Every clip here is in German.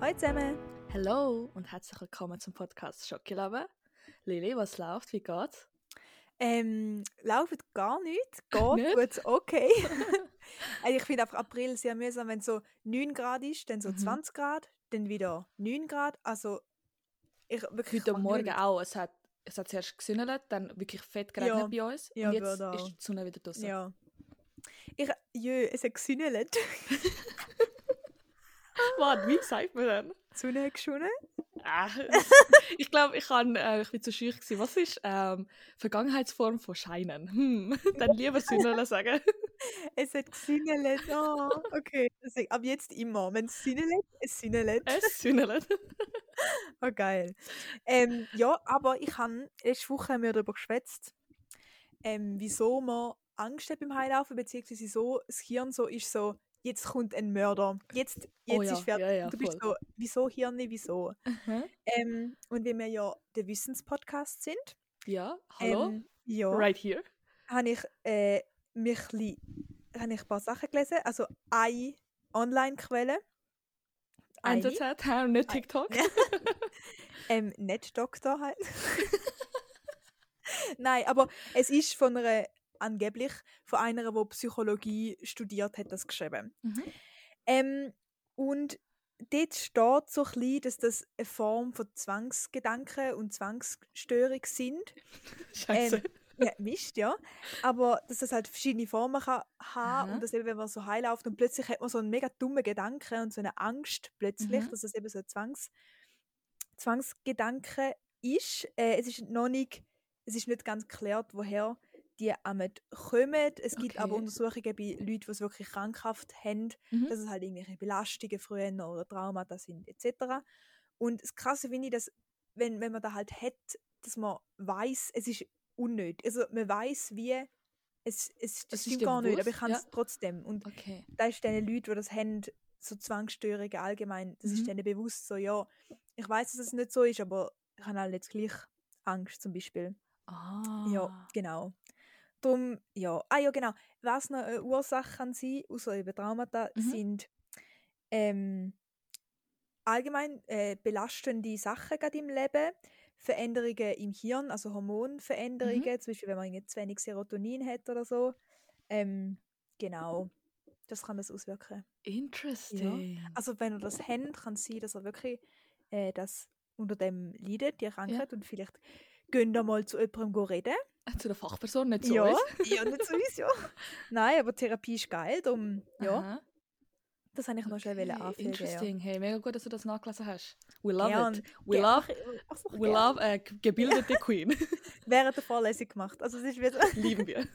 Hallo zusammen! Hallo und herzlich willkommen zum Podcast Schokolade. Lili, was läuft? Wie geht's? Ähm, laufen gar nicht, geht Nicht? gut, okay. also ich finde einfach April sehr mühsam, wenn es so 9 Grad ist, dann so Mhm. 20 Grad, dann wieder 9 Grad. Also ich wirklich. ich Heute mag nicht Morgen mehr auch. Es hat, es hat zuerst gesündelt, dann wirklich fett Ja. geregnet bei uns. Ja, und jetzt bei uns auch. ist die Sonne wieder mit- draußen. Ja. Ich, jö, es hat gesühnelt. Warte, wie sagt man denn? Die Sonne hat geschonen. Ah, ich glaube, ich, kann, äh, ich bin zu schüch. Gewesen. Was ist ähm, Vergangenheitsform von Scheinen? Hm, dann lieber Sündele sagen. Es hat gesühnelt. Oh, okay. Deswegen, ab jetzt immer. Wenn es sühnelt, es sühnelt. Es sündelt. Oh, geil. Ähm, ja, aber ich habe letzte Woche haben wir darüber geschwätzt, ähm, wieso man Angst hat beim Heilaufen, beziehungsweise so, das Hirn so ist so, jetzt kommt ein Mörder, jetzt, jetzt Oh ja, ist fertig. ja, ja, Und du bist voll. Mhm. so, wieso Hirn, wieso? Ähm, und wenn wir ja der Wissenspodcast sind, Ja, hallo. ähm, ja, Right here. habe ich äh, mich ein bisschen- habe ich ein paar Sachen gelesen, also eine Online-Quelle. Eine. NZZ, hä, nicht TikTok. Ähm, nicht Doktor halt. Nein, aber es ist von einer, angeblich von einer, die Psychologie studiert hat, das geschrieben. Mhm. Ähm, und dort steht so ein bisschen, dass das eine Form von Zwangsgedanken und Zwangsstörung sind. Scheiße. Ähm, Ja, Mist, ja. Aber dass das halt verschiedene Formen kann haben Aha. und dass eben, wenn man so heilauft und plötzlich hat man so einen mega dummen Gedanken und so eine Angst plötzlich, Mhm. dass das eben so ein Zwangs Zwangsgedanke ist. Äh, es ist noch nicht, es ist nicht ganz geklärt, woher die damit kommen. Es gibt aber Okay. Untersuchungen bei Leuten, die es wirklich krankhaft haben, Mhm. dass es halt irgendwelche Belastungen früher oder Traumata sind etc. Und das Krasse finde ich, dass wenn, wenn man da halt hat, dass man weiß, es ist unnötig. Also man weiß, wie es, es, Es es ist stimmt dir gar nicht, aber ich bewusst, kann es ja. trotzdem. Und okay. da ist den Leuten, die das haben, so Zwangsstörungen allgemein, das ist Mhm. denen bewusst so, ja, ich weiß, dass es nicht so ist, aber ich habe halt jetzt gleich Angst zum Beispiel. Ah. Ja, genau. Drum, ja. Ah ja, genau. Was noch eine Ursache kann sein, außer eben Traumata, Mhm. sind ähm, allgemein äh, belastende Sachen gerade im Leben, Veränderungen im Hirn, Mhm. also Hormonveränderungen, zum Beispiel wenn man irgendwie zu wenig Serotonin hat oder so. Ähm, genau, das kann das auswirken. Interesting. Also wenn ihr das habt, kann es sein, dass ihr wirklich äh, das unter dem leidet, die Krankheit, und vielleicht gehen da mal zu jemandem go reden. Zu der Fachperson, nicht zu ja, uns. ja, nicht so uns, ja. Nein, aber Therapie ist geil, darum, ja, Aha. das habe ich noch schnell wollen anfügen. Interesting. Hey, mega gut, dass du das nachgelesen hast. We love Gern. it. We Ja. love, Genau. Ach, genau. we love äh, gebildete Queen. Während der Vorlesung gemacht. Also es ist wieder Lieben wir.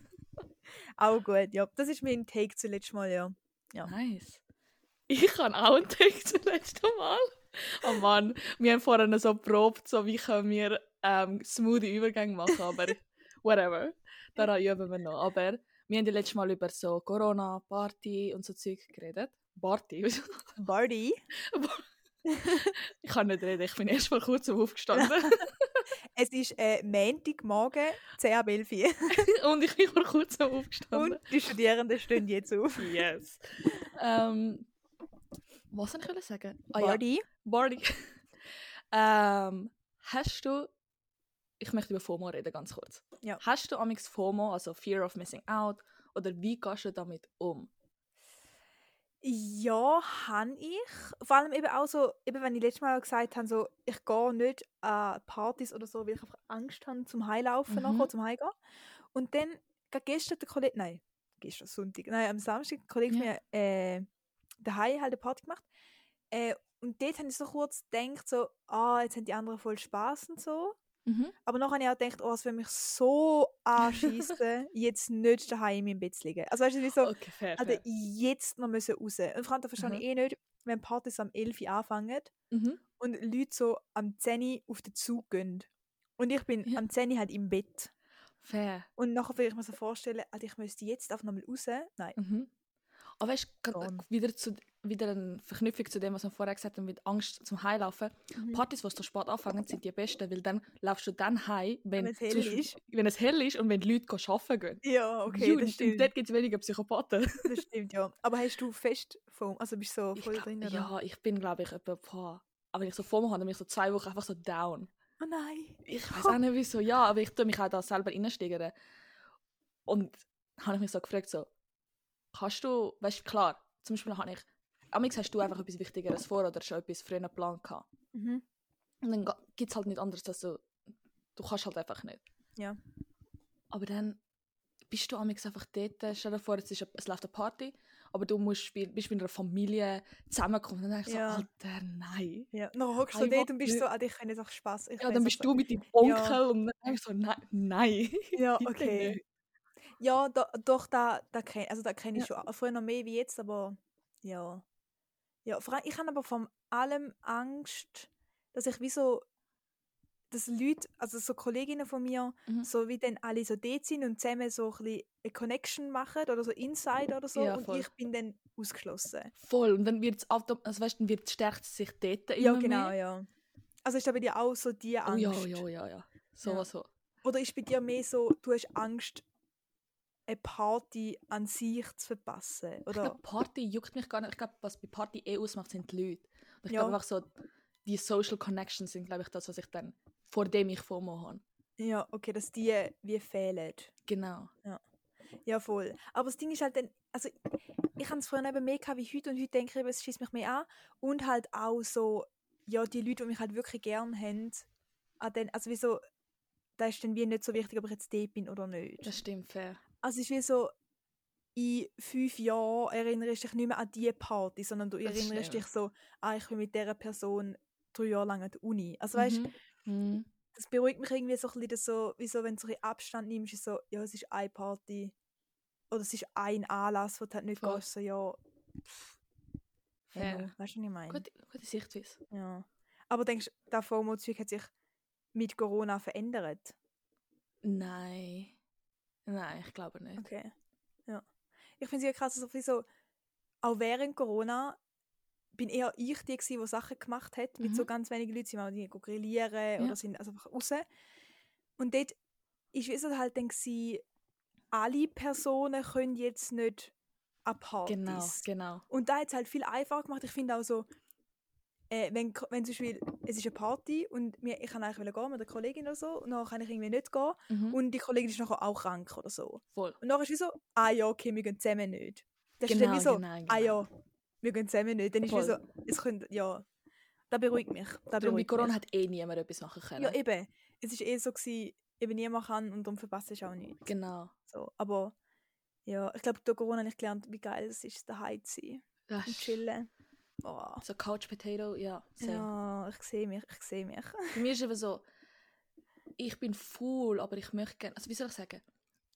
auch gut, ja. Das ist mein Take zuletzt mal, ja. Ja. Nice. Ich habe auch einen Text zum letzten Mal. Oh Mann, wir haben vorhin noch so probt, so wie können wir ähm, smooth Übergänge machen, aber whatever. Daran üben wir noch. Aber wir haben ja letztes Mal über so Corona, Party und so Zeug geredet. Party? Barty. Ich kann nicht reden, ich bin erst vor kurzem aufgestanden. Es ist äh, Montagmorgen, 10 ab 11 Uhr. und ich bin vor kurzem aufgestanden. Und die Studierenden stehen jetzt auf. Yes. Ähm, was soll ich sagen? Ah ja, Barty. Barney. ähm, hast du. Ich möchte über FOMO reden, ganz kurz. Ja. Hast du amigs FOMO, also Fear of Missing Out, oder wie gehst du damit um? Ja, han ich. Vor allem eben auch so, eben wenn ich letztes Mal gesagt habe, so, ich gehe nicht an Partys oder so, weil ich einfach Angst habe zum Heilaufen Mhm. nachher, zum Heimgehen. Und dann, gerade gestern der Kollege, nein, gestern Sonntag, nein, am Samstag, der Kollege von Ja. mir, äh, daheim halt eine Party gemacht. Äh, und dort habe ich so kurz gedacht, so, ah, jetzt haben die anderen voll Spaß und so. Mhm. Aber nachher habe ich auch gedacht, oh, es würde mich so anschießen, jetzt nicht daheim im Bett zu liegen. Also weißt du, wie so, Okay, fair. also fair. jetzt noch müssen raus. Und vor allem, da verstehe ich eh nicht, wenn Partys am 11 Uhr anfangen Mhm. und Leute so am 10 Uhr auf den Zug gehen. Und ich bin Ja. am 10 Uhr halt im Bett. Fair. Und nachher würde ich mir so vorstellen, also ich müsste jetzt einfach nochmal raus. Nein. Mhm. Aber weißt du, g- Gone. wieder, zu, wieder eine Verknüpfung zu dem, was wir vorher gesagt haben, mit Angst zum Heilaufen. Mhm. Partys, die so spät anfangen, sind die besten, weil dann laufst du dann heim, wenn, Wenn es hell zum Beispiel- ist. wenn es hell ist und wenn die Leute go arbeiten gehen. Ja, okay, Ju, das und stimmt. dort gibt es weniger Psychopathen. Das stimmt, ja. Aber hast du fest vom, also bist du so Ich voll glaub, drin? oder? ja, ich bin, glaube ich, etwa, boah, aber wenn ich so vor mir habe, dann bin ich so zwei Wochen einfach so down. Oh nein. Ich weiß auch nicht wieso, ja, aber ich tue mich auch da selber reinsteigern. Und habe ich mich so gefragt, so, kannst du, weißt du, klar, zum Beispiel habe ich, amigs hast du einfach etwas Wichtigeres vor oder schon etwas früher geplant gehabt. Mhm. Und dann gibt es halt nicht anderes, dass du, du kannst halt einfach nicht. Ja. Aber dann bist du amigs einfach dort, stell dir vor, es, ist, eine- es läuft eine Party, aber du musst, bei- bist mit einer Familie zusammengekommen und dann denkst du Ja. so, Alter, nein. Ja. Dann hockst du Einfach dort und bist nicht. so, ah, ich kann jetzt auch Spass. Ich Ja, weiss dann auch bist so. du mit deinem Onkel Ja. und dann denkst du so, nein, nein. Ja, bitte okay. nicht. Ja, do, doch, da, da kenne also da kenn ich Ja. schon. auch. Früher noch mehr wie jetzt, aber ja. Ja, vor allem, ich habe aber vor allem Angst, dass ich wie so, dass Leute, also so Kolleginnen von mir, Mhm. so wie dann alle so dort sind und zusammen so ein bisschen eine Connection machen oder so Inside oder so Ja, und voll. ich bin dann ausgeschlossen. Voll. Und dann wird es also weißt, dann wird's stärkt es sich dort immer Ja, genau, mehr. ja. Also ist da bei dir auch so die Oh, Angst? ja, ja, ja, ja. So Ja. was so. Oder ist bei dir mehr so, du hast Angst, eine Party an sich zu verpassen? Ich glaube, Oder? Party juckt mich gar nicht. Ich glaube, was bei Party eh ausmacht, sind die Leute. Und ich Ja. glaube einfach so, die Social Connections sind, glaube ich, das, was ich dann, vor dem ich FOMO habe. Ja, okay, dass die äh, wie fehlen. Genau. Ja, voll. Aber das Ding ist halt dann, also ich habe es früher eben mehr gehabt wie heute und heute denke ich, eben, es schießt mich mehr an. Und halt auch so, ja, die Leute, die mich halt wirklich gern haben, an den, also wieso, da ist dann wie nicht so wichtig, ob ich jetzt dort bin oder nicht. Das stimmt, fair. Also es ist wie so, in fünf Jahren erinnerst du dich nicht mehr an diese Party, sondern du Das erinnerst stimmt. dich so, ah, ich bin mit dieser Person drei Jahre lang an der Uni. Also weißt du, Mhm. Mhm. das beruhigt mich irgendwie so ein bisschen, dass so, wieso, wenn du so ein bisschen Abstand nimmst, ist so, ja, es ist eine Party oder es ist ein Anlass, wo du halt nicht Voll. gehst, so, ja, pff, Fair. ja, weißt du, was ich meine? Genau. Gute, gute Sichtweise. Ja. Aber denkst du, der FOMO-Zeug hat sich mit Corona verändert? Nein. Nein, ich glaube nicht. Okay. Ja. Ich finde es ja krass, dass ich so, auch während Corona bin eher ich die, gewesen, die Sachen gemacht hat. Mit so Mhm. ganz wenigen Leuten sind wir auch die go grillieren Ja. oder sind also einfach raus. Und dort ist es halt dann gewesen, alle Personen können jetzt nicht an Partys. Genau, genau. Und da hat es halt viel einfacher gemacht. Ich finde auch so, äh, wenn, wenn zum Beispiel, es ist eine Party und mir, ich kann eigentlich wollen gehen mit einer Kollegin oder so und dann kann ich irgendwie nicht gehen Mhm. und die Kollegin ist nachher auch krank oder so. Voll. Und dann ist wie so, ah ja, okay, wir gehen zusammen nicht. Das ist dann Genau, wie so, genau, genau. ah ja, wir gehen zusammen nicht. Dann ist wie so, Voll. es könnte, ja, das beruhigt mich. Das Darum bei beruhigt Corona mich. hat eh niemand etwas machen können. Ja, eben. Es ist eh so, gewesen, eben niemand kann und darum verpasst ich auch nichts. genau. So, aber ja, ich glaube, durch Corona habe ich gelernt, wie geil es ist, daheim zu sein Das und Genau. ist- chillen. Oh. So Couch Potato, ja. same. Ja, ich sehe mich, ich sehe mich. Bei mir ist eben so, ich bin faul, aber ich möchte gerne, also wie soll ich sagen,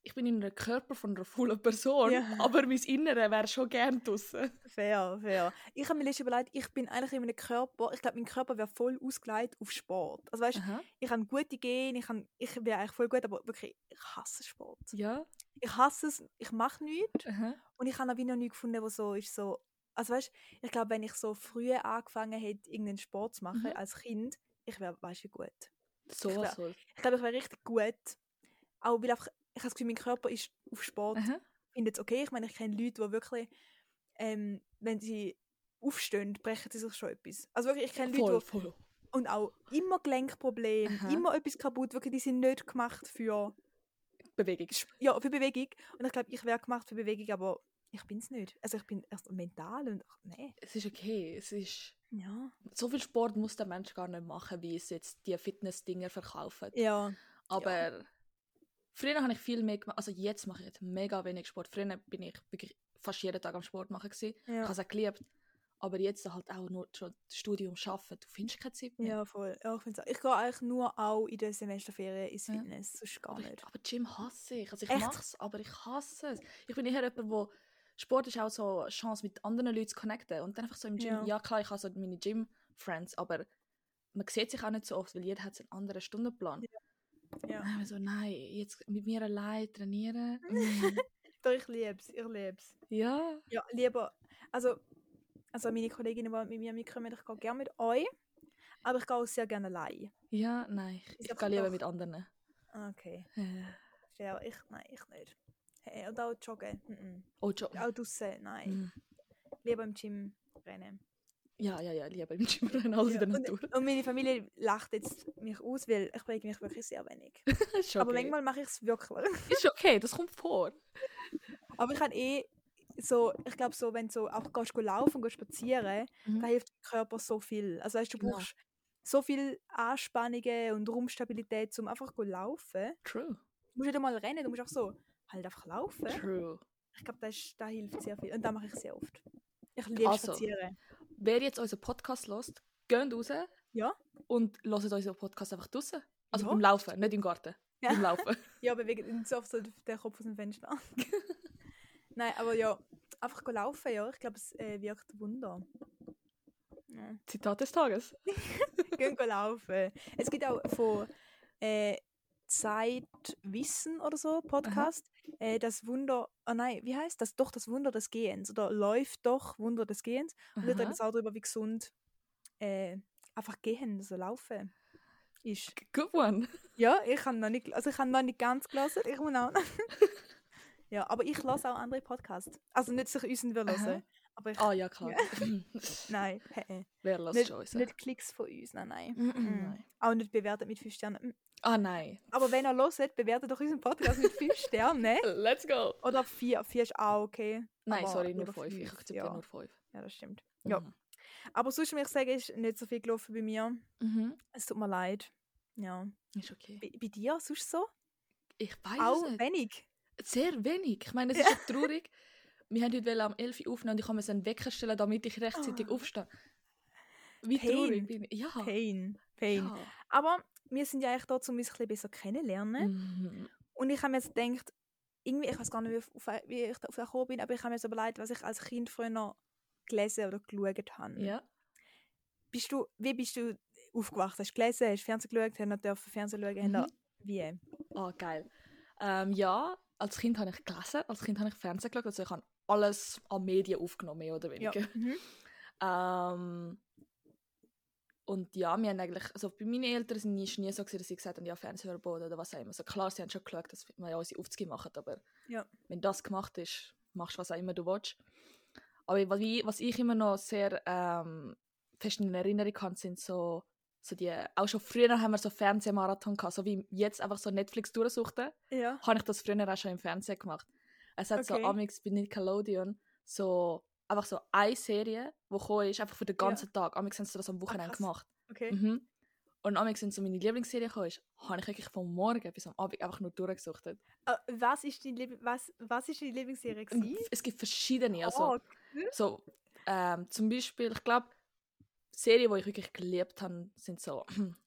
ich bin in einem Körper von einer faulen Person, Ja. aber mein Innere wäre schon gern draussen. Fair, fair. Ich habe mir letztens überlegt, ich bin eigentlich in meinem Körper, ich glaube, mein Körper wäre voll ausgelegt auf Sport. Also weißt du, Aha. ich habe gute Gene, ich, habe, ich bin eigentlich voll gut, aber wirklich, ich hasse Sport. Ja. Ich hasse es, ich mache nichts Aha. und ich habe auch wie noch nie gefunden, wo so ist so... Also weißt du, ich glaube, wenn ich so früh angefangen hätte, irgendeinen Sport zu machen Mhm. als Kind, ich wäre, weißt du, wie gut. So Klar. was halt. Ich glaube, ich wäre richtig gut, auch weil einfach, ich habe das Gefühl, mein Körper ist auf Sport Aha. finde es okay. Ich meine, ich kenne Leute, die wirklich, ähm, wenn sie aufstehen, brechen sie sich schon etwas. Also wirklich, ich kenne Voll, Leute, voll. die, und auch immer Gelenkprobleme, Aha. immer etwas kaputt, wirklich, die sind nicht gemacht für, Bewegung. ja, für Bewegung. Und ich glaube, ich wäre gemacht für Bewegung, aber ich bin es nicht. Also ich bin erst mental und, ach, nee. Es ist okay, es ist... Ja. So viel Sport muss der Mensch gar nicht machen, wie es jetzt die Fitness-Dinger verkaufen. Ja. Aber früher habe ich viel mehr gemacht. Also jetzt mache ich jetzt mega wenig Sport. Früher bin ich wirklich fast jeden Tag am Sport machen. Gewesen. Ich habe Ja, es auch geliebt. Aber jetzt halt auch nur schon das Studium arbeiten. Du findest keine Zeit mehr. ja voll. Ja, ich, find's auch- ich gehe eigentlich nur auch in den Semesterferien ins Ja. Fitness, sonst gar aber, nicht. ich, aber Gym hasse ich. Also ich Echt? mache es, aber ich hasse es. Ich bin eher jemand, wo Sport ist auch so eine Chance, mit anderen Leuten zu connecten. Und dann einfach so im Gym. Ja. Ja, klar, ich habe so meine Gym-Friends, aber man sieht sich auch nicht so oft, weil jeder hat so einen anderen Stundenplan. Ja. Dann haben wir so, nein, jetzt mit mir allein trainieren. mm. Doch, ich liebe es, ich liebe es. Ja. Ja, lieber, also, also meine Kolleginnen, die mit mir mitkommen, ich gehe gerne mit euch, aber ich gehe auch sehr gerne allein. Ja, nein. Ist Ich, doch- ich gehe lieber doch. mit anderen. Okay, Äh. fair. Ich, nein, ich nicht. Hey, und auch joggen, mhm. Oh, Job. auch draussen, nein. Mm. Lieber im Gym rennen. Ja, ja, ja, lieber im Gym rennen als in Ja, der und, Natur. und meine Familie lacht jetzt mich aus, weil ich bewege mich wirklich sehr wenig. Ist Aber okay. manchmal mache ich es wirklich. Ist okay, das kommt vor. Aber ich habe eh so, ich glaube so, wenn du so auch gehst go laufen und gehst spazieren, Mhm. da hilft dem Körper so viel. Also weißt, du du Genau. brauchst so viel Anspannungen und Raumstabilität, um einfach go laufen. True. Du musst nicht einmal rennen, du musst auch so halt einfach laufen. True. Ich glaube, das, ist- das hilft sehr viel. Und das mache ich sehr oft. Ich liebe Also. spazieren. Wer jetzt unseren Podcast lost, geht raus Ja. und hört unseren Podcast einfach draußen. Also Ja. beim Laufen, nicht im Garten. Ja. Beim Laufen. Ja, bewegt ihn so oft so den Kopf aus dem Fenster an. Nein, aber ja, einfach go laufen, ja. Ich glaube, es äh, wirkt Wunder. Ja. Zitat des Tages. Gehen go laufen. Es gibt auch von äh, Zeitwissen oder so Podcast. Äh, das Wunder, oh nein, wie heißt das? Doch das Wunder des Gehens oder läuft doch Wunder des Gehens. Und da Aha. redet es auch darüber, wie gesund äh, einfach gehen, so laufen ist. G- Good one. Ja, ich habe noch nicht, also ich habe noch nicht ganz gelesen. Ich muss auch. ja, aber ich lasse auch andere Podcasts. Also nicht, dass ich unseren will Aha. hören, aber ich, Ah ja, klar. Ja. nein, hä, hä. Wer lässt schon nicht, unseren? nicht Klicks von uns, nein, nein. Mm, mm, Mm. nein. Auch nicht bewertet mit 5 Sternen. Mm. Ah nein. Aber wenn ihr hört, bewertet doch unseren Podcast mit 5 Sternen. Let's go. Oder 4. 4 ist auch okay. Nein, Aber sorry, nur lieber 5. Ich fünf, akzeptiere ja. nur Mhm. 5. Ja, das stimmt. Ja. Aber sonst muss ich sagen, ist nicht so viel gelaufen bei mir. Mhm. Es tut mir leid. Ja. Ist okay. Bei, bei dir sonst so? Ich weiß auch es nicht. wenig. Sehr wenig. Ich meine, es ist ja. traurig. Wir haben heute wollen am 11 Uhr aufnehmen und ich habe mir einen Wecker stellen, damit ich rechtzeitig Ah. aufstehe. Wie Pain. traurig bin ich. Ja. Pain. Pain. Ah. ja. Aber wir sind ja eigentlich da, um uns ein bisschen besser kennenlernen. Mhm. Und ich habe mir jetzt gedacht, irgendwie, ich weiß gar nicht, wie, auf- auf, wie ich da- auf das gekommen bin, aber ich habe mir so überlegt, was ich als Kind früher noch gelesen oder geschaut habe. Ja. Bist du, wie bist du aufgewacht? Hast du gelesen, hast du Fernsehen geschaut, hast du noch dürfen Fernsehen schauen? Mhm. Mhm. Hast du, wie? Ah, geil. Ähm, ja, als Kind habe ich gelesen, als Kind habe ich Fernsehen geschaut, also ich habe alles an Medien aufgenommen, mehr oder Ja. weniger. Mhm. Ähm, und ja, wir haben eigentlich, also bei meinen Eltern sind nie, ist nie so gewesen, dass sie gesagt haben, ja, Fernsehverbot oder was auch immer. Also klar, sie haben schon geschaut, dass wir ja unsere Aufzüge machen, aber Ja. wenn das gemacht ist, machst du was auch immer du willst. Aber was ich, was ich immer noch sehr ähm, fest in Erinnerung habe, sind so, so die, auch schon früher haben wir so Fernsehmarathon gehabt, so wie jetzt einfach so Netflix durchsuchten ja. habe ich das früher auch schon im Fernsehen gemacht. Es hat Okay. so amix bei Nickelodeon so einfach so eine Serie, die gekommen ist, einfach für den Ja. Ah, ganzen Tag. Amix haben sie das am Wochenende krass. gemacht. Okay. Mhm. Und amix sind so meine Lieblingsserie gekommen ist, habe ich eigentlich vom Morgen bis am Abend einfach nur durchgesuchtet. Äh, was ist deine Lieb was, was ist deine Lieblingsserie? Und gewesen? Es gibt verschiedene, also Oh, so ähm, zum Beispiel, ich glaube, Serien, die ich wirklich geliebt habe, sind so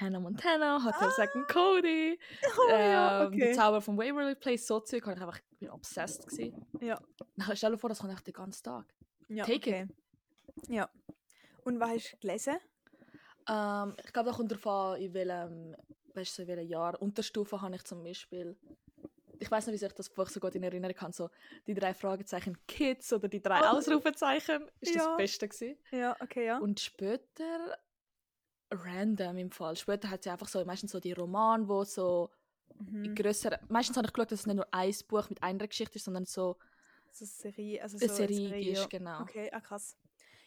Hannah Montana, Ah. Hotel Zack and Cody, oh ja, ähm, Die okay. Zauber von Waverly Place, so Zeug, habe ich einfach, ich bin obsessed gewesen. Ja. Dann stell dir vor, das kommt einfach den ganzen Tag. Ja, Take okay. Ja. Und was hast du gelesen? Ähm, ich glaube, da kommt darauf an, in welchem, weißt du, so in welchem Jahr. Unterstufe habe ich zum Beispiel. Ich weiß nicht, wieso ich das Buch so gut in Erinnerung kann. So die drei Fragezeichen Kids oder die drei Oh. Ausrufezeichen ist Ja. das Beste gewesen. Ja, okay, ja. Und später random im Fall. Später hat sie einfach so meistens so die Romane, wo so Mhm. größere. Meistens habe ich geschaut, dass es nicht nur ein Buch mit einer Geschichte ist, sondern so So eine Serie, also so eine Serie, ist. ja. Genau. Okay, ah, krass.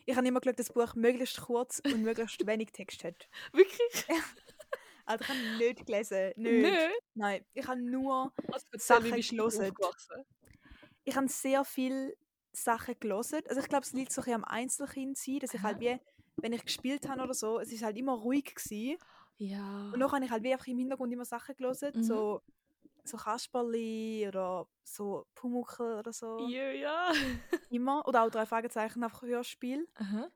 Ich habe immer geschaut, dass das Buch möglichst kurz und möglichst wenig Text hat. Wirklich? Also ich habe nicht gelesen. Nicht. Nö. Nein, ich habe nur... Also, erzähl, Sachen wie bist du gelesen. aufgewachsen? Ich habe sehr viele Sachen gelesen. Also ich glaube, es liegt so ein bisschen am Einzelkind sein, dass ich Aha. halt wie, wenn ich gespielt habe oder so, es ist halt immer ruhig gewesen. Ja. Und dann habe ich halt wie einfach im Hintergrund immer Sachen gelesen, Mhm. so, so Kasperli oder so Pumuckl oder so. Ja, ja. Immer. Oder auch drei Fragezeichen, einfach Hörspiel. Aha.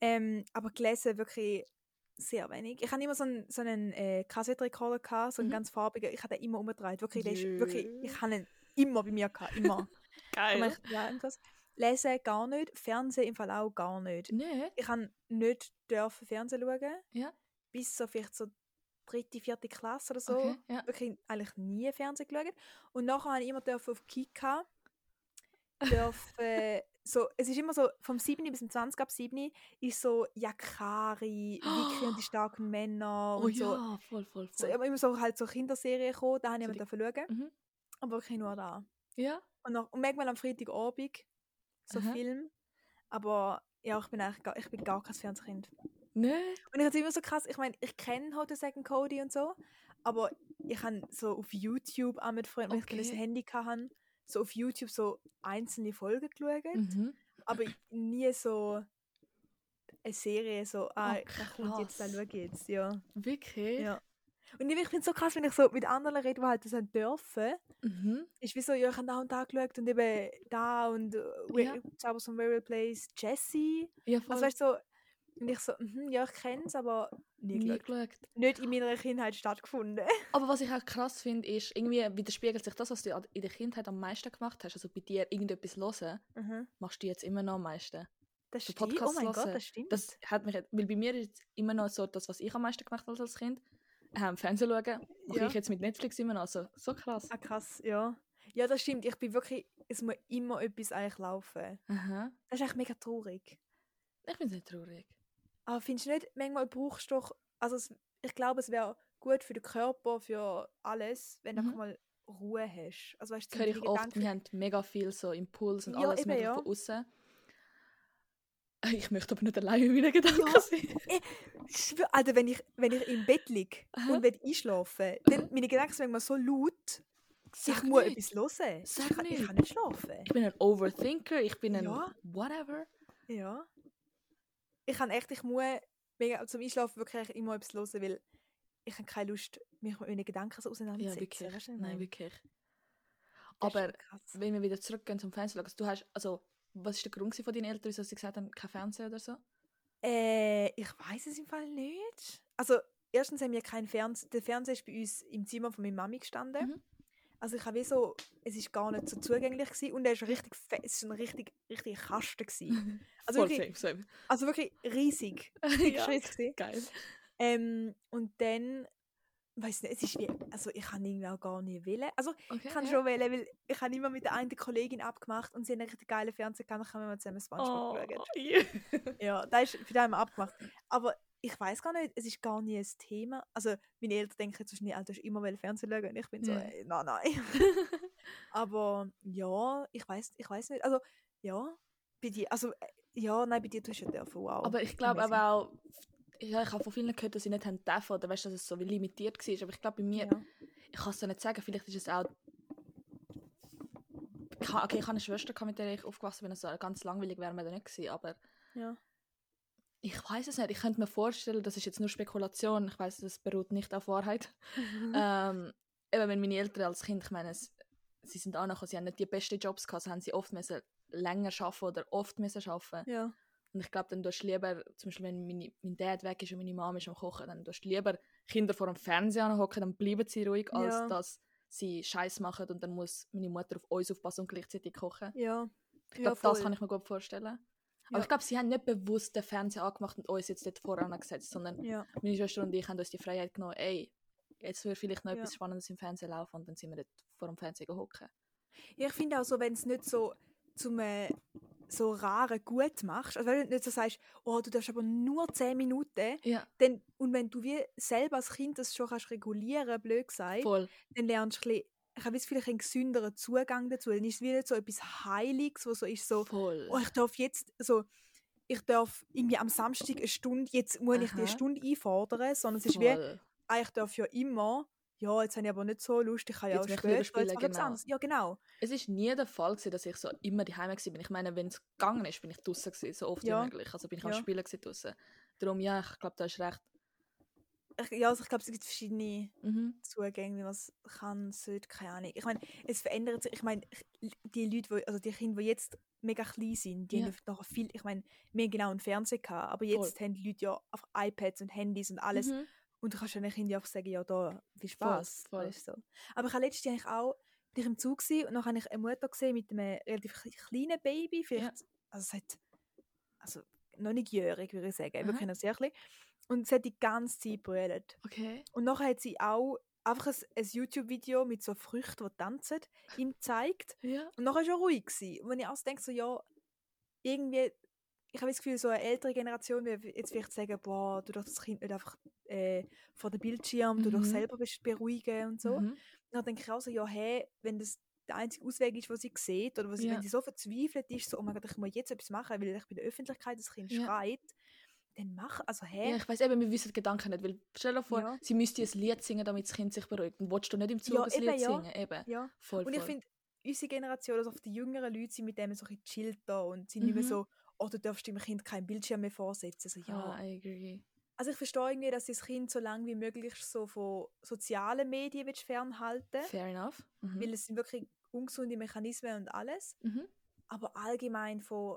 Ähm, aber gelesen wirklich sehr wenig. Ich hatte immer so einen, so einen äh, Kassettenrekorder, gehabt, so einen Mhm. ganz farbigen. Ich habe den immer umgedreht. Wirklich, der ist, Jö. wirklich ich habe ihn immer bei mir gehabt. Immer. Ich meine, Geil. ich- ja, krass. Lesen gar nicht, Fernsehen im Fall auch gar nicht. Nee. Ich kann nicht dürfen Fernsehen schauen. Ja. Bis so vielleicht so dritte, vierte Klasse oder so Okay, ja. wirklich eigentlich nie Fernsehen geschaut. Und nachher habe ich immer dürfen auf Kika dürfen, so, es ist immer so, vom 7. bis zum 20. ab 7. ist so Yakari, Vicky und die starken Männer Oh und so. ja, voll, voll, so. voll. Immer immer so halt so Kinderserien gekommen, da habe ich So immer die- dürfen schauen. Mhm. Aber wirklich nur da. Ja, Und, noch, und manchmal am Freitagabend so Aha. Film. Aber ja, ich bin eigentlich gar, ich bin gar kein Fernsehkind. ne? Und ich hatte immer so krass, ich meine, ich kenne How to Second Cody und so, aber ich habe so auf YouTube auch mit Freunden, wenn ich Okay. ich ein Handy hatte, so auf YouTube so einzelne Folgen geschaut, Mhm. aber nie so eine Serie, so, ah, Oh, da kommt jetzt, da krass. schau ich jetzt, ja. Wirklich? ja. Und ich finde es so krass, wenn ich so mit anderen rede, die halt das haben dürfen, Mhm. ist wie so, ja, ich habe da und da geschaut und eben da und äh, We- Ja. Zaubers von Weird Place, Jessie, Ja, voll. also weißt du, so, und ich so, mhm, ja, ich kenne es, aber nie nie geschaut geschaut. nicht in meiner Kindheit stattgefunden. Aber was ich auch krass finde, ist, irgendwie widerspiegelt sich das, was du an- in der Kindheit am meisten gemacht hast. Also bei dir irgendetwas hören, machst du jetzt immer noch am meisten. Das So stimmt. Oh Podcasts mein Mhm. hören. Gott, das stimmt. Das hat mich, weil bei mir ist immer noch so, das, was ich am meisten gemacht habe als Kind, ähm, Fernsehen schauen, mache Ja. ich jetzt mit Netflix immer noch. So, so krass. ah, krass, ja. Ja, das stimmt. Ich bin wirklich, es muss immer etwas eigentlich laufen. Aha. Das ist echt mega traurig. Ich bin nicht traurig. Aber findest du nicht, manchmal brauchst du doch, also es, ich glaube, es wäre gut für den Körper, für alles, wenn du Mhm. einfach mal Ruhe hast. Also weißt du, Das so höre ich deine oft, wir haben mega viel so Impuls und Ja, alles eben, mögliche ja. von außen. Ich möchte aber nicht alleine mit meinen Gedanken Ja. sein. Ich schwör- Alter, wenn ich, wenn ich im Bett liege Aha. und will einschlafen, dann meine Gedanken sind manchmal so laut, ich muss nicht. etwas hören. Sag ich, kann, ich nicht. kann nicht schlafen. Ich bin ein Overthinker, ich bin ein Ja. whatever. Ja. Ich kann echt, ich muss mega, zum Einschlafen wirklich immer etwas hören, weil ich habe keine Lust, mich mit meinen Gedanken so Ja, auseinanderzusetzen. wirklich. weisst du, was ich Nein, meine? wirklich. Das ist Aber schon krass. wenn wir wieder zurückgehen zum Fernsehen, also du hast, also, was ist der Grund gewesen von deinen Eltern, dass sie gesagt haben, kein Fernsehen oder so? Äh, ich weiß es im Fall nicht. Also, erstens haben wir keinen Fernseher. Der Fernseher ist bei uns im Zimmer von meiner Mami gestanden. Mhm. Also, ich habe wie so, es ist gar nicht so zugänglich gewesen und er ist richtig, fe- es ist ein richtig, richtig Kasten gewesen. Also Voll wirklich- same, Also wirklich riesig. same. Richtig Mhm. ja. riesig gewesen. Geil. Ähm, und dann, weiß nicht, es ist wie, also ich kann irgendwie auch gar nicht wählen. Also Okay, ich kann ja. schon wählen, weil ich habe immer mit der einen Kollegin abgemacht und sie hat einen richtig geilen Fernseher gehabt, dann haben wir mal zusammen Oh, Spongebob geschaut. yeah. Ja, da ist für den haben wir abgemacht. Aber ich weiß gar nicht, es ist gar nie ein Thema. Also meine Eltern denken jetzt wahrscheinlich, Alter, du hast immer wollen Fernsehen schauen und ich bin so, Ja. äh, nein, nein. Aber ja, ich weiß ich weiß nicht. Also ja, bei dir, also äh, ja, nein, bei dir tust du ja dürfen, wow. Aber ich glaube Amazing. aber auch, ja, ich habe von vielen gehört, dass sie nicht haben dürfen oder weißt, dass es so wie limitiert war. Aber ich glaube bei mir, Ja. ich kann es dir nicht sagen, vielleicht ist es auch. Ka- Okay, ich habe eine Schwester, gehabt, mit der ich aufgewachsen bin, also ganz langweilig wäre mir da nicht gewesen, aber Ja. ich weiß es nicht. Ich könnte mir vorstellen, das ist jetzt nur Spekulation, ich weiß, das beruht nicht auf Wahrheit. Mhm. ähm, eben, wenn meine Eltern als Kind, ich meine, es, sie sind angekommen, sie haben nicht die besten Jobs gehabt, sie haben sie oft müssen länger arbeiten oder oft müssen arbeiten. ja. Und ich glaube, dann tust du lieber, zum Beispiel, wenn meine, mein Dad weg ist und meine Mama ist am Kochen, dann tust du lieber Kinder vor dem Fernseher anhocken, dann bleiben sie ruhig, als Ja. dass sie Scheiß machen und dann muss meine Mutter auf uns aufpassen und gleichzeitig kochen. Ja. Ich glaube, das kann ich mir gut vorstellen. Aber Ja. ich glaube, sie haben nicht bewusst den Fernseher angemacht und uns jetzt dort voran gesetzt, sondern Ja, meine Schwester und ich haben uns die Freiheit genommen, ey, jetzt würde vielleicht noch Ja. etwas Spannendes im Fernsehen laufen und dann sind wir dort vor dem Fernseher hocken. ja ich finde auch so, wenn es nicht so zum äh, so raren gut machst, also wenn du nicht so sagst, oh, du darfst aber nur 10 Minuten, Ja, dann, und wenn du wie selber als Kind das schon kannst regulieren, blöd gesagt, voll. dann lernst du ein bisschen, ich habe vielleicht einen gesünderen Zugang dazu, dann ist es wie nicht so etwas Heiliges, wo so ist so, voll. oh, ich darf jetzt, so, ich darf irgendwie am Samstag eine Stunde, jetzt muss ich Aha. die Stunde einfordern, sondern es ist wie, voll. ah, ich darf ja immer, ja, jetzt habe ich aber nicht so Lust, ich kann ja Jetzt auch möchte ich später, jetzt lieber mache ich spielen, etwas genau. anderes. Ja, genau. Es ist nie der Fall, gewesen, dass ich so immer daheim war. Ich meine, wenn es gegangen ist, bin ich draußen so oft Ja. wie möglich. Also bin ich Ja. am Spielen draußen. Darum, ja, ich glaube, da ist recht. Ich, ja, also ich glaube, es gibt verschiedene Mhm. Zugänge, wie man es kann, sollte, keine Ahnung. Ich meine, es verändert sich. Ich meine, ich- die Leute, die, also die Kinder, die jetzt mega klein sind, die Ja. haben ja noch viel, ich meine, wir haben genau einen Fernseher gehabt, aber jetzt haben die Leute ja auf iPads und Handys und alles. Mhm. Und du kannst ja den Kindern einfach sagen, ja, da, viel Spaß. voll. Weißt du. Aber ich habe letztens eigentlich auch, bin ich im Zug gewesen, und dann habe ich eine Mutter gesehen mit einem relativ kle- kleinen Baby, vielleicht, also es hat, also noch nicht jährig, würde ich sagen, Aha. wirklich noch sehr klein. Und sie hat die ganze Zeit brüllt. Okay. Und nachher hat sie auch einfach ein, ein YouTube-Video mit so Früchten, die tanzen, ihm gezeigt. Ja. Und nachher war schon ruhig. Gewesen. Und wenn ich auch so denke, so, ja, irgendwie, ich habe das Gefühl, so eine ältere Generation würde jetzt vielleicht sagen, boah, du darfst das Kind nicht einfach äh, vor dem Bildschirm, du Mhm. darfst selber bes- beruhigen und so. Mhm. Dann denke ich auch so, ja, hey, wenn das der einzige Ausweg ist, was sie sieht, oder was sie, Ja. wenn sie so verzweifelt ist, so, oh mein Gott, ich muss jetzt etwas machen, weil ich bei der Öffentlichkeit das Kind Ja. schreit, dann mach, also hey, Ja, ich weiß eben, wir wissen die Gedanken nicht, weil stell dir vor, Ja. sie müsste ein Lied singen, damit das Kind sich beruhigt. Und willst du nicht im Zug Ja, ein eben, Lied ja. singen? Eben. ja. Voll, Und ich voll. finde, unsere Generation, also auf die jüngeren Leute, sind mit dem so ein bisschen chillter und sind nicht mehr Mhm. so, oh, du darfst dem Kind keinen Bildschirm mehr vorsetzen. Also, ja. ja, Ah, I agree. Also ich verstehe irgendwie, dass sie das Kind so lange wie möglich so von sozialen Medien willst fernhalten willst, Fair enough. Mhm. weil es sind wirklich ungesunde Mechanismen und alles. mhm. Aber allgemein von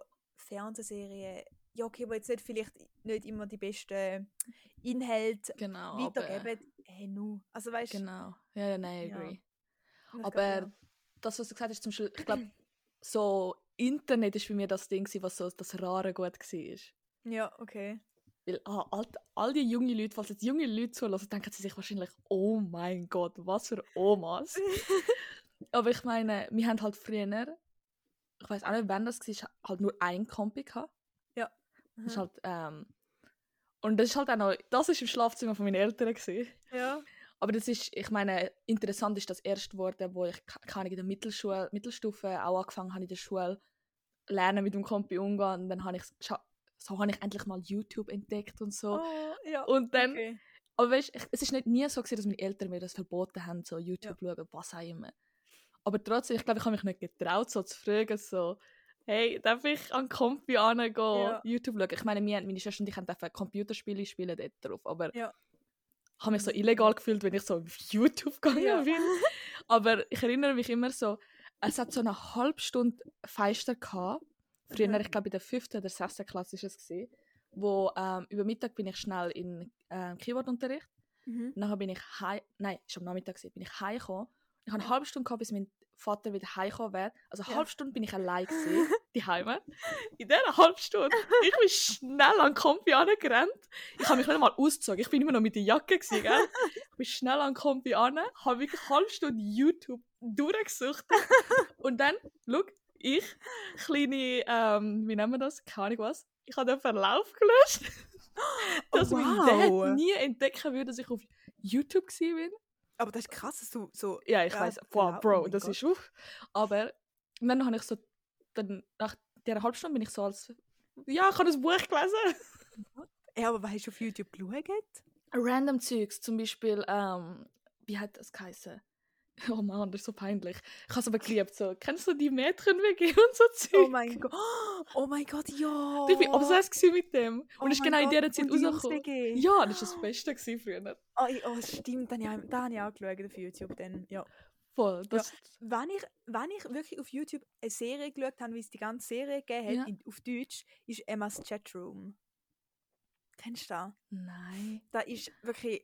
Fernsehserien, ja okay, wo jetzt nicht vielleicht nicht immer die besten Inhalte Genau. Aber, weitergeben, hey, nu. Also weißt du, genau. Ja, ja, nein, I Ja. agree. ich glaub, Aber ja. das, was du gesagt hast, zum Beispiel, ich glaube, so Internet ist bei mir das Ding, gewesen, was so das rare gut war. ja, okay. Weil ah, all, all die jungen Leute, falls jetzt junge Leute zulassen, denken sie sich wahrscheinlich, oh mein Gott, was für Omas. Aber ich meine, wir haben halt früher, ich weiß auch nicht, wann das war, halt nur ein Kompi gehabt. Das ist Mhm. halt, ähm, und das ist halt auch noch, das ist im Schlafzimmer von meinen Eltern gewesen. Ja. Aber das ist, ich meine, interessant ist das erst geworden, wo ich, ke- keine Ahnung, in der Mittelschule, Mittelstufe auch angefangen habe in der Schule, lernen mit dem Kompi umgehen. Und dann habe ich, so habe ich endlich mal YouTube entdeckt und so. Oh, ja. Und dann, okay. aber weißt, ich, es ist nicht nie so gewesen, dass meine Eltern mir das verboten haben, so YouTube schauen, was auch immer. Aber trotzdem, ich glaube, ich habe mich nicht getraut, so zu fragen, so, hey, darf ich an den Kompi angehen, Ja. YouTube schauen? Ich meine, wir, haben- meine Schwester und ich haben dürfen Computerspiele spielen dort drauf, aber Ja. ich habe mich so illegal gefühlt, wenn ich so auf YouTube gegangen Ja. bin. Aber ich erinnere mich immer so, es hat so eine halbe Stunde Feister gehabt. Früher, Mhm. ich glaube, in der fünften oder sechsten Klasse war es, gewesen, wo ähm, über Mittag bin ich schnell in ähm, Keyboardunterricht Mhm. und Nachher bin ich heim, nein, ist am Nachmittag gewesen, bin ich heimgekommen. Ich habe eine halbe Stunde gehabt, bis mein Vater wieder heimgekommen wäre. Also eine Ja. halbe Stunde bin ich allein gewesen, die Heime. In dieser halben Stunde, ich bin schnell an den Kompi angerannt. Ich habe mich nicht mal ausgezogen, ich bin immer noch mit der Jacke gewesen, gell? Ich bin schnell an den Kompi an, habe wirklich eine halbe Stunde YouTube durchgesucht. Und dann, schau, ich, kleine, ähm, wie nennen wir das? Keine Ahnung was. Ich habe den Verlauf gelöscht. dass mein wow. Dad nie entdecken würde, dass ich auf YouTube gewesen bin. Aber das ist krass, dass du so. Ja, ich Ja, weiß. genau. Wow, Oh Bro, mein das Gott. ist uff. Aber und dann habe ich so, dann, nach dieser halben Stunde bin ich so als, ja, ich habe ein Buch gelesen. Ja, aber was hast du auf YouTube geschaut? Random Zeugs, zum Beispiel, ähm, wie hat das geheißen? Oh Mann, das ist so peinlich. Ich habe es aber geliebt. So. Kennst du die Mädchen-WG und so Zeug? Oh mein Gott. Oh mein Gott, ja. Ich war obsessed gewesen mit dem. Und Oh es ist mein genau in Gott, dieser Zeit und die Jungs rausgekommen. WG. Ja, das war das Beste gewesen früher. Oh, ich- oh stimmt, dann habe ich, dann hab ich auch geschaut auf YouTube. Dann, ja. Voll. Das, wenn, ich, wenn ich wirklich auf YouTube eine Serie geschaut habe, wie es die ganze Serie gegeben hat, Ja. in, auf Deutsch, ist Emmas Chatroom. Kennst du das? Nein. Das ist wirklich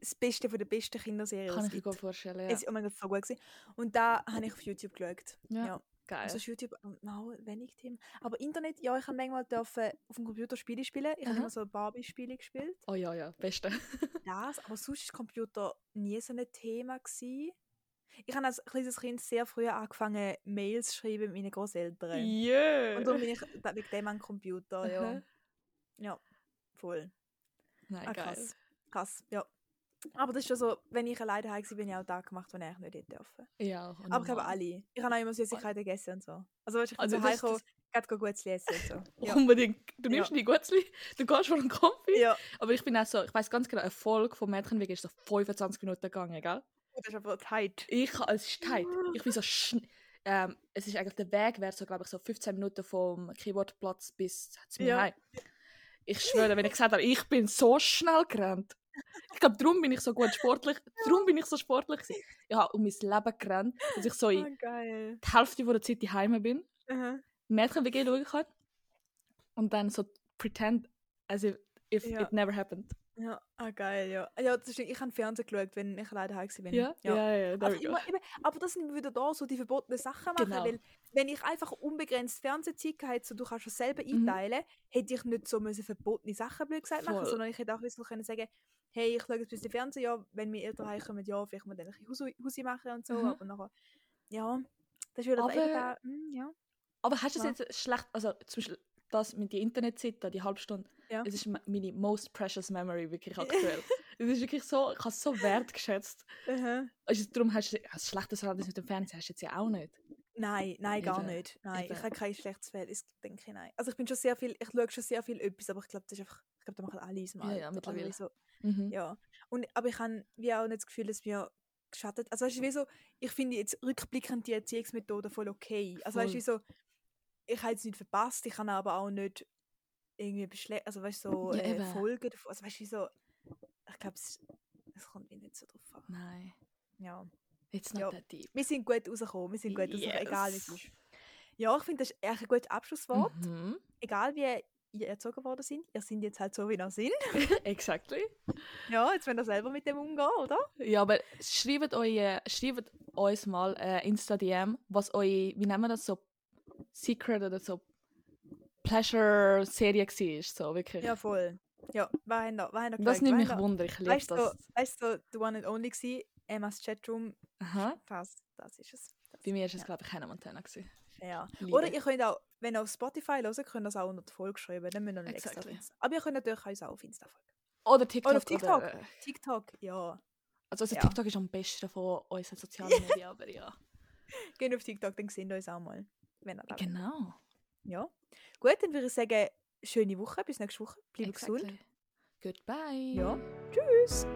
das Beste von der besten Kinderserie, Kann was ich mir es gut gibt. vorstellen. Ja. Es ist oh mein Gott, so gut gewesen. Und da habe ich auf YouTube geschaut. Ja. ja. Geil. Also ist YouTube, no, wenig Themen. Aber Internet, ja, ich habe manchmal dürfen auf dem Computer Spiele spielen. Ich habe Aha. immer so Barbie-Spiele gespielt. Oh ja, ja, beste. Das, aber sonst ist Computer nie so ein Thema gewesen. Ich habe als kleines Kind sehr früh angefangen, Mails zu schreiben mit meinen Großeltern. Yeah. Und darum bin ich da- wegen dem an den Computer, ja. Aha. Ja, voll. Nein, Ah, geil. krass. Krass, ja. Aber das ist schon so, wenn ich alleine daheim war, bin ich auch da gemacht, was ich eigentlich nicht hätte dürfen. Ja, oh Aber ich habe Mann. alle. Ich habe auch immer Süßigkeiten gegessen und so. Also, weißt du, ich bin Also so das ist heimgekommen, gerade gut zu lesen und so. Ja. Unbedingt. Du Ja. nimmst die Gutzli, du gehst vor den Kompi. ja. Aber ich bin auch so, ich weiß ganz genau, eine Folge vom Mädchenweg ist so 25 Minuten gegangen, gell? Das ist aber die Zeit. Ich, ha- es ist tight. Ich bin so schn ähm, es ist eigentlich der Weg wäre so, glaube ich, so 15 Minuten vom Keyboardplatz bis zu mir Ja. heim. Ich schwöre, wenn ich gesagt habe, ich bin so schnell gerannt. Ich glaube, darum bin ich so gut sportlich. Darum bin ich so sportlich. gewesen. Ich habe um mein Leben gerannt, dass ich so in Ah, geil. die Hälfte von der Zeit daheim bin, Aha. Mädchen WG schauen kann und dann so pretend as if, if Ja. it never happened. Ja, ah, geil, ja. Ja, das stimmt. Ich habe Fernsehen geschaut, wenn ich alleine heim war. Ja, ja, ja, there Aber, we go. immer, eben, aber das sind wieder da so die verbotenen Sachen machen, Genau. weil wenn ich einfach unbegrenzt Fernsehzeit gehabt hätte, so du kannst es selber Mhm. einteilen, hätte ich nicht so müssen verbotene Sachen blöd gesagt machen, Voll. sondern ich hätte auch wissen können sagen, hey, ich schaue jetzt ein bisschen Fernsehen, ja, wenn meine Eltern heimkommen, ja, vielleicht mal dann ein bisschen Hausi- Hausi machen und so, Mhm. aber nachher, ja, das ist wieder Aber- das eben da, mm, ja. Aber hast du Ja. es jetzt schlecht, also zum Beispiel das mit der Internetzeit, da, die halbe Stunde, Ja. es ist me- meine most precious memory wirklich aktuell. es ist wirklich so, ich habe es so wertgeschätzt. Also, darum hast du ein schlechtes Verhältnis mit dem Fernsehen, hast du jetzt ja auch nicht. Nein, nein, gar Eben, nicht. Nein, eben. ich habe kein schlechtes Verhältnis, denke ich, nein. Also ich bin schon sehr viel, ich schaue schon sehr viel etwas, aber ich glaube, das ist einfach, ich glaube, da machen alle ins Ja, Mal. ja, mittlerweile. So, Mhm. ja. Und, aber ich habe wie auch nicht das Gefühl, dass mir geschadet, also weißt du, wie so, ich finde jetzt rückblickend die Erziehungsmethode voll okay. Also weißt du, wie so, ich habe jetzt nicht verpasst, ich habe aber auch nicht irgendwie beschlecht, also weißt du, so Ja, äh, eben. Folgen davon, also weißt du, wie so, ich glaube, es, es kommt mir nicht so drauf an. Nein, Ja. it's not Ja. that deep. Wir sind gut rausgekommen, wir sind gut rausgekommen, egal wie es Yes. ist. Ja, ich finde, das ist echt ein gutes Abschlusswort. Mhm. Egal wie ihr erzogen worden sind, ihr seid jetzt halt so, wie ihr seid. Exactly. Ja, jetzt müsst ihr selber mit dem umgehen, oder? Ja, aber schreibt, eure, schreibt uns mal äh, Insta-DM, was eure, wie nennen wir das so, Secret oder so, Pleasure-Serie war. So, wirklich. Ja, voll. Ja, was haben wir, was haben wir das nimmt mich was haben wir- wunder, ich liebe Weißt du, das. weißt du, the one and only war, Emmas Chatroom, Aha. das, das ist es. Das. Bei mir war es, glaube ich, Hannah Montana. Gewesen. Ja. Liebe. Oder ihr könnt auch, wenn ihr auf Spotify hört, könnt ihr das auch unter die Folge schreiben, dann müssen wir noch nicht extra auf Exactly. Insta. Aber ihr könnt natürlich uns auch auf Insta folgen. Oder TikTok. Oder auf TikTok. oder, äh, TikTok, ja. also, also Ja. TikTok ist am besten von unseren sozialen Medien, aber ja. Geht auf TikTok, dann sehen wir uns auch mal, wenn ihr da Genau. Ja. Gut, dann würde ich sagen, schöne Woche, bis nächste Woche. Bleibt gesund. Exactly. Goodbye. Ja. Tschüss.